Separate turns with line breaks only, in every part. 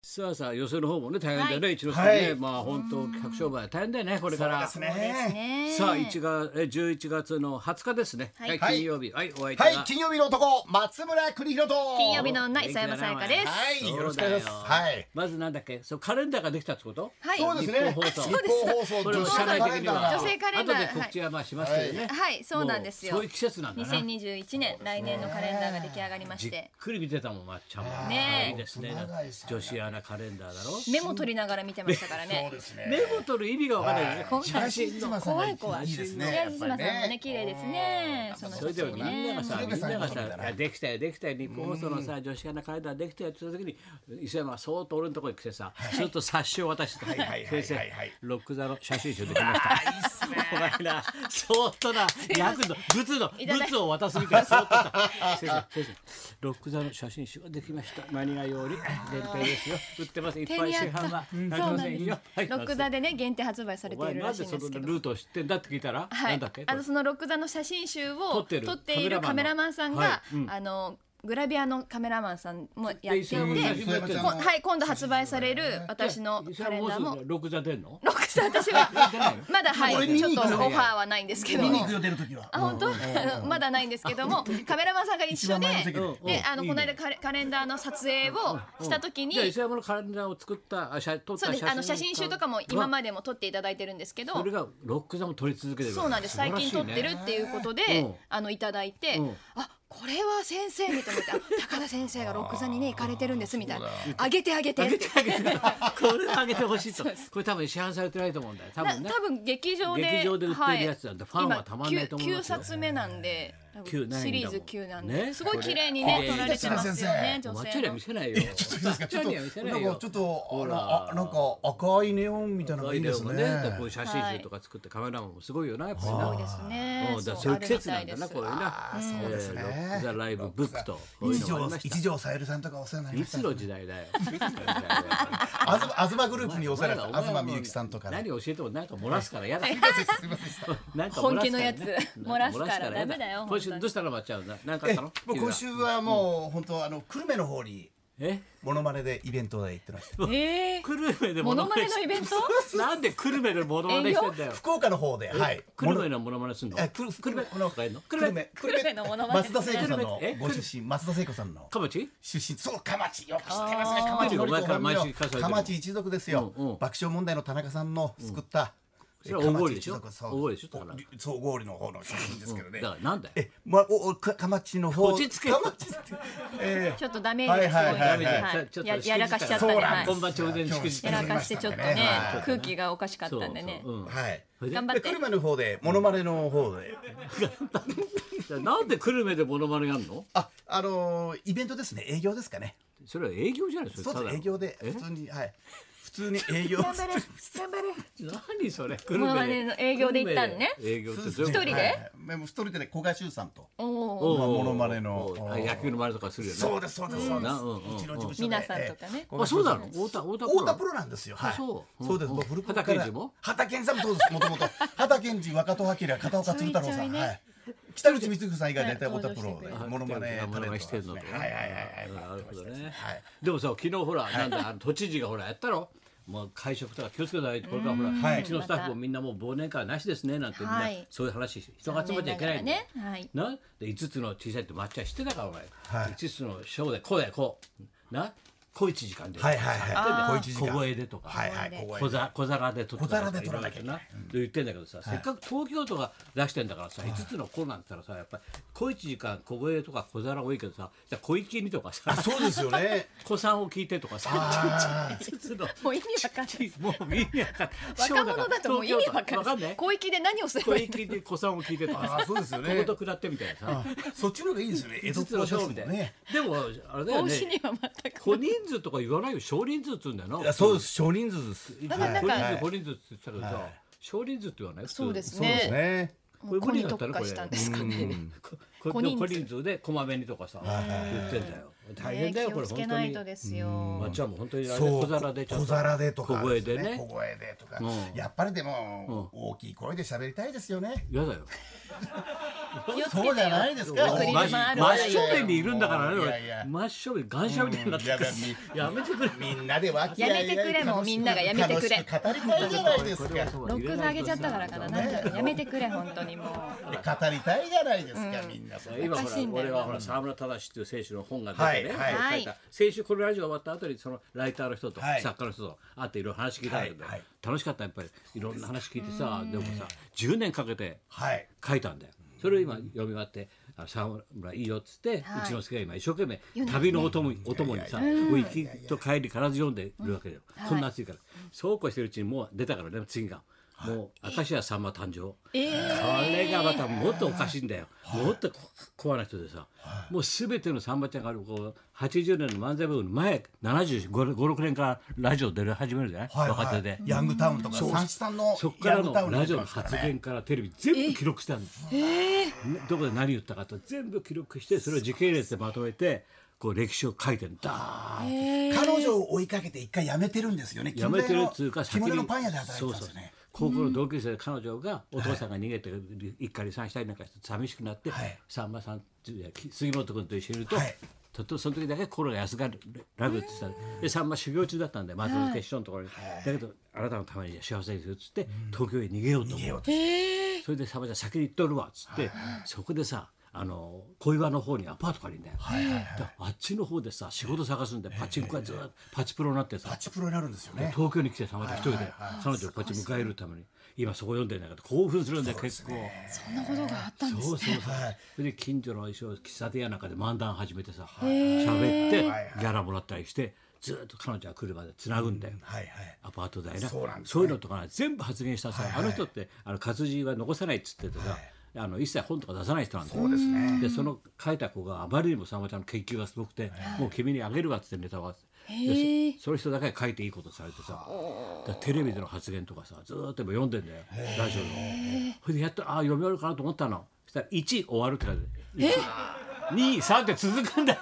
さあさあ予選の方もね大変だよね、
は
一之輔ね、
はい
まあ本当客商売大変だよねこれから。
そ
さ
うですね。
ね
あ一月え十一月の二十日ですね。
はい
はい、金曜日はいお相手が、
はい、金曜日の男、松村邦弘と。
金曜日の女磯山さやかです。
はい、よろしくお願いします。
は
はいい。。
まずなんだっけ、そうカレンダーができたってこと？
はい
そうですね。
日本放送
日本放送
これも
女子
社内
カレ
的
ン
に
ダ
は
ー
女性カレンダー
後で告知はまあしますけどね。
はい、そうなんですよ。
もうそういう季節なんだな。じっ
2021年来年のカレンダーが出来上がりまして、
くり見てたもんまっちゃんも。
ねえ
いいですね。
長井さん
女子アナカレンダーだろ。
メモ取りながら見てましたからね
そう。です
メ
ね。
モ取る意味がわからないよね。
怖い
写真の
怖い怖い。
いいですね
宮城
やっ
島
ぱ
さ
り
んも
ね
ね綺麗ですね。その
それで
写
も
真
みんながさ、
ね
みんなが
鶴瓶さんのこ
さ
とだ、
い
な
やできたよ、できたよ、日本放送のさ、女子アナ会談できたよって言った時に、伊勢山はそーっと俺のところに来てさ、ずっと冊子を渡してた
いはいはいはい
先生、ロック座の写真集できました。お前な、そーっとな、役の、仏の、
いただき
仏を渡すみ たいな、そーっとさ、先生、先生、ロック座の写真集ができました。間に合いように、限定ですよ。売ってます。いっぱい市販は、
そ
な
う
り
なん
ま
で
せんよ。
す。ロック座でね限定発売され
お
てい
前
る
な
ら
ん
しい
で
ん
そ
です
の
け
ル
ど。
ートを知ってんだって聞いたら、
は
なん
い
だっけ。、
あのそのロック座の写真集
撮
を
ってる
撮っているカメラマンさんが
カメラマンの
あのグラビアのカメラマンさんもやっていて、
で磯山
さんやってる
こんはい今度発売される私の
え
カレンダー
それ
も
はうすぐ六座出んの？
ロック座私はまだは
俺
い
見
ちょっ
に行
と
くよ
オファーはないんですけど
見に行くよ、出るときは。
あ本当あのまだないんですけどもカメラマンさんが一緒で
一番前の席で
うん
であのこの間カレカレンダーの撮影をした時に
じゃあ磯山のカレンダーを作ったあ写撮っ
そ
た
うですあの写真集とかも今
で
までも撮っていただいてるんですけど
それがロック座も撮り続けてる
そうなんです最近撮ってるっていうことで、
うん
あのいただいて、
うん
あこれは先生にと思ってあ高田先生がロック座にね行かれてるんですみたいなあげてあげて
あ
っ
げ
て
てあげてこれあげてほしいとこれ多分市販されてないと思うんだよ多
な
分ね
多分劇場で
劇場で売ってるやつなんてファンはたまんないと思いますよ
今9冊目なんで多分
九ないんだもん
シリーズ9なんで、
ね
すごい綺麗にね
これ
撮られてますよね
お
女
ば
性
ちゃんには
の
見せないよ
ちょっといいで
お
すか、
ば
ち
ち
ょ
ゃ
っ
んには見せ
と、
な
ないん
よ
か、ちょっと、あら、あなんか、赤いネオンみたいなのがいいですね。
ねこういう写真集とか作ってカメラマンもすごいよなやっぱりな
多いですね
うんだから
そ
そう
う
い
あ
う季
るみ
節
た
ないん
で
だ
す
なこれな
あそうですね
えーロックザライブブックとこういう
一
のもあ
条
りま、した
一条さゆるさんとかお世話になり
い
ました
つ。の時代だよ。
あずま、あずまグループにお世話にな
お
っ
前ら
た、
お前ら
東みゆきさんとかね。
何教えてもなんか漏らすからやだ。
すみませんでした。
なんか漏らすからね
本気のやつ漏らすからダメだよ
今週
本当に
どうしたのまっちゃんななんかあったの？
もう今
君
週はもう本当あの久留米の方に
は。え？
モノマネでイベントで行ってました
え ー、
久留米で
モ
モ
ノ
ノマ
マネ
ネ
の
し
イベント
て。なんで久留米でモノマネしてんだよ。
福岡の方ではい
久留米のモノマネすんの？
え久
久留
留米
米なんかやんの？久
久留
留米。
米久留
米のモノマネ
松田聖子さんの
え
ご出身松田聖子さんの
かぼち？
出身そう蒲地よく知ってますね蒲地
お前から毎週
のり
聞かされてる
蒲地一族ですよ、
うんうん
爆笑問題の田中さんの救った、
それは大
蒲
郡
地
でしょ
一族そう
大郡でしょ田中
おそう大郡の方の出身ですけどね、
だからなんだよ。
えまあおおか蒲地の方
落ち着けよ
蒲地ってえ
ちょっとダメージがすごいです、
はいはいはいはい
はい
ちょっと
ややらかしちゃったん
そ
で、
うなん
は
です
い
よ
本番直前にしくじ
やらかしてちょっとね
はい
空気がおかしかった
そうん
でね
そううん
ー、はい
頑張っ
で
て
久留米の方でモノマネの方で、
じゃあなんで久留米でモノマネやんの？
ああのーイベントですね営業ですかね
それは営業じゃないそれ
そう
た
で
だ
す
の
営業で
え
普通にはい普通に営業
何それ久
モノマネの営業で行ったのね
久留米で営業ってどういうこと
一人で
はいまあもう一人でね古賀修さんと
おおー
おうおうおう
モノマネの
おうあ野球の真似とかするよね
そうですそうですそうです
うんうんうん
うちの事務所で
皆さんとかね
あそうなの太田太田
太田プロなんですよはい
そう
そうです
うん
もう古くか
畑健
ら
二も
畑健二さんもそうですもともと畑健二若戸明片岡鶴太郎
ちょいちょ
さ
い
ん
ね
はい北口光さん以外大体
はい
太田プロで
あ
モノマネタ
モノマ
レント
ネ
は
してんの
は
と
いはいはい
な
はい
るほどね
はい
でもさ昨日ほらなんだあの都知事がほらやったろもう会食とか気をつけないとこれからほら
はいう
ちのスタッフもみんなもう忘年会はなしですねなんてみんな
はい
そういう話人が集まっちゃいけないんだよ
残念ながらねはい
なで5つの小さいって抹茶知ってたからお前、
はい
5つの章でこうだよこうな小一時間で、
はいはいはい小一時
小
間
声でとか、
はいはい小声
小ざ小皿で取って
小皿で取らなきゃいけない
言ってんだけどさ、せっかく東京都が出してんだからさ、5つのコロナって言ったらさやっぱり小一時間小声とか小皿多いけどさじゃあ小一にとかさ
あそうですよね
子さんを聞いてとかさ5つの
もう意味わかんない
もう意味わかんない
若者だともう意味わかん
わか
なんい
ない
広域で何をすれ
小
ばいい
一で子さんを聞いてとか
あ
さ
ーそうですよ
こ
ね
こと食らってみたいなさ
そっちの方がいいですよ ね江戸
5
っ
つ
子
の
です
章
も
み
ん
たいな
ね
でもあれだよ
帽
ね
子には全く
小人数とか言わないよ少人数っつうんだよ
い
な
やそうです少人数です
小
んかなんか
人数小人数って言ってたけどさ少人数って言わない普通
そうです
そうで
ね
すね
これ
こ
無
れ
理
に
だった
特
ら
化
こ
したんで
れ
すかね
こ
小
こ
人数
小人数でこまめにとかさ言ってんだよ大変だよ
ね
こ
気を
れ
つ
本
け
当
ない
に
とですよ
まっちゃんも本当にあれ
そう
小皿でちゃんと
小皿でとか
小声でね
小声でとか
うん
やっぱりでも大きい声で喋りたいですよね
嫌だよ
そうじゃないですか。
送り
真
出もある
真正面にいるんだからね
いやいや
俺真正面ガンシャみたいになってるから
うんいや
や
だ
めてくれ
みんなでわきあいあい
やめてくれもうみんながやめてくれ
楽しく語りたいじゃないですか。語
ロック上げちゃったからかな。なんかやめてくれ本当にもう。
りたいじゃないですか、みんな。それ
今
お
ほ
からしいんだよ
俺はほら沢村忠っていう選手の本が出てね、
はい
はい
書いた先週このラジオ終わった後にそのライターの人と
はい
作家の人と会っていろいろ話聞いたんだけど、
はいはい
楽しかったやっぱりいろんな話聞いてさでもさ10年かけて
はい。
書いたんだよそれを今読み終わって「あ沢村いいよ」っつって、
はいう
ちの助が今一生懸命旅のお供にお供にさもう行きと帰り必ず読んでるわけだよ、こんな暑いから、そうこうしてるうちにもう出たからね次が。もう明石家さんま誕生、
え
これがまたもっとおかしいんだよ、もっとこコアな人でさ、もうすべてのさんまちゃんがこう80年の漫才ブームの前7556年からラジオ出る始めるじゃない、
はい
若手
は
で
い。。ヤングタウンとか、三枝さんの
そこか
ヤ
ら
ングタ
の
ウン
ラ
の
ジオの発言からテレビ全部記録したんです、ねどこで何言ったかと全部記録してそれを時系列でまとめてこう歴史を書いてんだ
彼女を追いかけて一回やめてるんですよね。
やめてるっつうか
木村のパン屋で働いてたんですよね。
高校の同級生で彼女がお父さんが逃げて一家離散したりなんかして寂しくなって、
はい
さんまさんっていうか杉本君と一緒にいると、
はい
とっとその時だけ心が安がるラグって言ってたでさんま修行中だったんで松本決勝のところに、だけどあなたのために幸せにするっつって、東京へ逃げようと思うそれでさんまちゃん先に行っとるわっつって、そこでさあの小岩の方にアパート借りんだよ、であっちの方でさ仕事探すんでパチンコがずっとパチプロになってさ
パチプロになるんですよね。
東京に来てたまた一人で彼女をこっち迎えるために今そこ読んでるんだけど興奮するんだよ結構
そんなことがあったんです
そうそうそうそれで近所の衣装喫茶店やなんかで漫談始めてさ喋ってギャラもらったりしてずっと彼女が来るまでつなぐんだよ
はいはい。
アパート代な
そうなんですね
いうのとかね全部発言したさあの人ってあの活字は残さないっつっててさあの一切本とか出さない人なんだよ
そうですね。
でその書いた子があまりにもさんまちゃんの研究がすごくて、もう君にあげるわっつってネタは、でそその人だけ書いていいことされてさだテレビでの発言とかさずーっと今読んでんだよラジオのそれでやっとああ読み終わるかなと思ったのそしたら1終わるって書いてある23って続くん だよ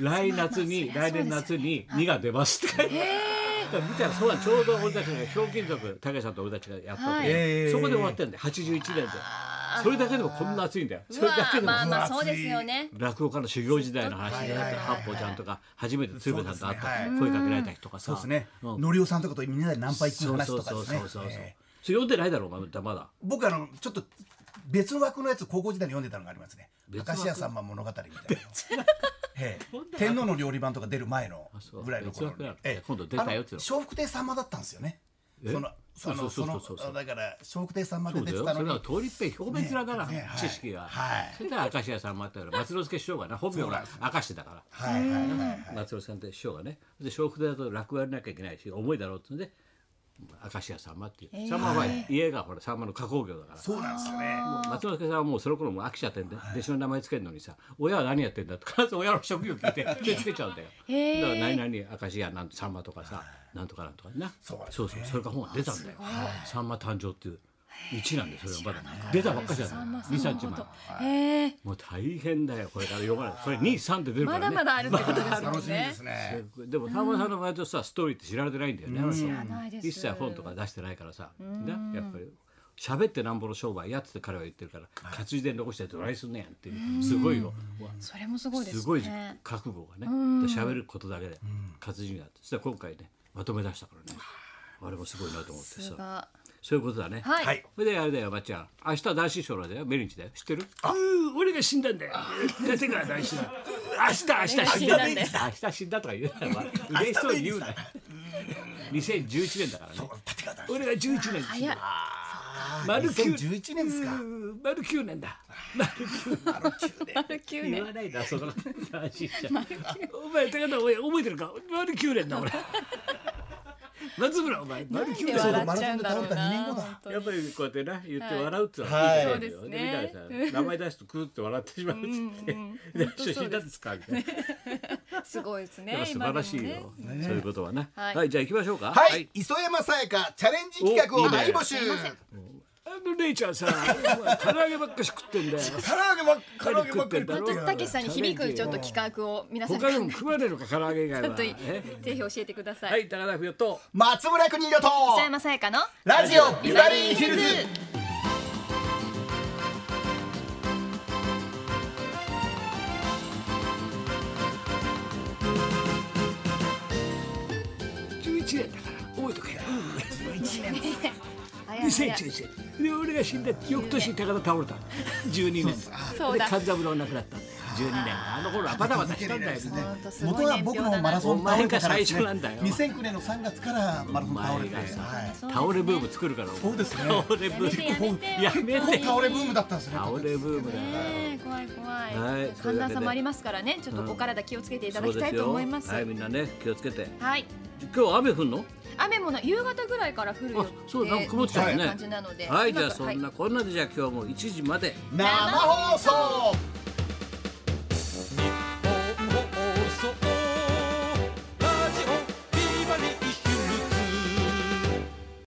来夏に来年夏に2が出ますって書いてあるだから見たらそうだちょうど俺たちがひょうきん族武さんと俺たちがやった時、
はい
そこで終わってんだよ81年でそれだけでもこんな暑いんだよそれだけでも
まあまあそうですよね。
落語家の修行時代の話で八方ちゃんとか初めて鶴瓶さんと会った時声かけられた人とかさ
そうですね。
うん
のりおさんとかとみんなでナンパ行く
そう
話
そう
とか
そ
で
う
す
そう
ね
そうそう。
ええ
それ読んでないだろうまだまだ
僕あのちょっと別の枠のやつ高校時代に読んでたのがありますね「
別
明
枠
石家さんま物語」みたいなええ天皇の料理版とか出る前の
そう
ぐらいの頃
別枠なの
ええ
今度出たよって
あの笑福亭さんまだったんですよね
え
そのその
そ
そう
そう
の
そうそうそう
だから笑福亭さんまで
そう
出
だ
て
よ
た
それ
の
は
に
通りっぺ表面面だな、
ねねはい
知識が、
はい
それから明石家さんもあった から松之助師匠がな本名が明石だから
はいはいはい
松尾さんって師匠がねで笑福亭だと落語やらなきゃいけないし重いだろうってんで明石家さんまっていう、さんまは家がほらさんまの加工業だから
そうなんですよね
松之助さんはもうその頃もう飽きちゃってんで、弟子の名前つけるのにさ親は何やってんだって必ず 親の職業聞いて手つけちゃうんだよ、
へー
だから何々明石家なんさんまとかさなんとかなんとかな
そうですね
そうそうそれから本が出たんだよ「さんま誕生」っていう1なんでそれはまだ出たばっかじゃない23日前
ええ
もう大変だよこれから読まないこれ23って出るか
ま
らね
だまだあるってことですも
楽
ん
しみで
ね
す。ね
でも沢村さんの場合とさストーリーって知られてないんだよね、あの人
らないです
一切本とか出してないからさ、ね、やっぱり喋ってなんぼの商売やっつって彼は言ってるから活字で残してどないすんねやんっていうすごいよ
それもすごいですす
ごい
ね。
覚悟がねで喋ることだけで活字になってそしたら今回ねまとめ出したからねあれもすごいなと思ってさ
が
そういうことだね
はい。
はい
それであれだよ、ばっちゃん。明日大師匠なんだよ、メリンチだよ。知ってるあうー俺が死んだんだよ。出てから大師匠。明日、明日死んだんだよ。 明日死んだとか言うなら、嬉しそうに言うなよ。2011年だからね。
立川談
俺が11年です
早い。
丸9
2011年ですか
丸9年だ。丸9年。
丸九
言
年。
わないな、その大師匠。お前、高田、お前覚えてるか丸9年だ、 俺。松村、お前、丸9
で
年だ。
笑っちゃうんだろうな。本当
やっ
に
ぱりこうやってな言って笑うっての
はい
いい
はい
です
そう
よね。
です
み
ね
んなでさ名前出すとクーって笑ってしまうって言って、 で初心だですかみたいな。
すごいです
でも
ね。
素晴らしい
今でも
よ
ね。
そういうことはね。
はい
はいじゃあ行きましょうか。
はい、。磯山さやかチャレンジ企画
おい
を
いね
大募集
あの姉ちゃんさ、お前唐揚げばっかし食ってんだよ。
唐揚げばっ唐揚げばっかり
ま
ま
あ
たたけしさんに響くちょっと企画を皆さん考
他
え
に
て
も食われるか唐揚げ以外
ちょ
は。
っと
え
ぜひ教えてくださ。
はいい高田不要と。
松村邦洋と
北山さやかの
ラジオビバリーヒルズ
2001年だから覚えとけよ2001年
あやや
2001年で俺が死んで翌年高田倒れた12年
そう
で
だ
勘三郎亡くなったんだよ12年あの頃はバタバタしたんだよ
ほんとすごい
元は僕の方マラソン倒れてからですね
お前が最初なんだよ
2009年の3月からマラソン倒れて、
お前が
はい、
倒れブーム作るから
そうですね
倒れブ
結
ー
構
ムやめ
結
て
構倒れブームだったんですね
倒れブームだよ
ねえ怖い怖い、
はい
寒暖差もありますからねちょっとお体気をつけていただきたいと思います
そうでよはいみんなね気をつけて
はい
今日雨降んの
雨もな夕方ぐらいから降るよっ
あ
て
そうなんか曇ってたよね
感じなので
はいじゃ
今か
あ
ら
そ
はい
んなこんなでじゃあ今日も1時まで
生放送